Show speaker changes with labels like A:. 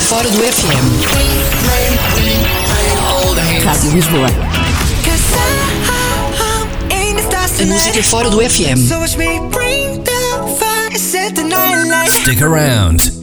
A: Fora do FM. Rádio Lisboa. A música fora do FM.
B: So watch me bring the fire, set the night light.
C: Stick around.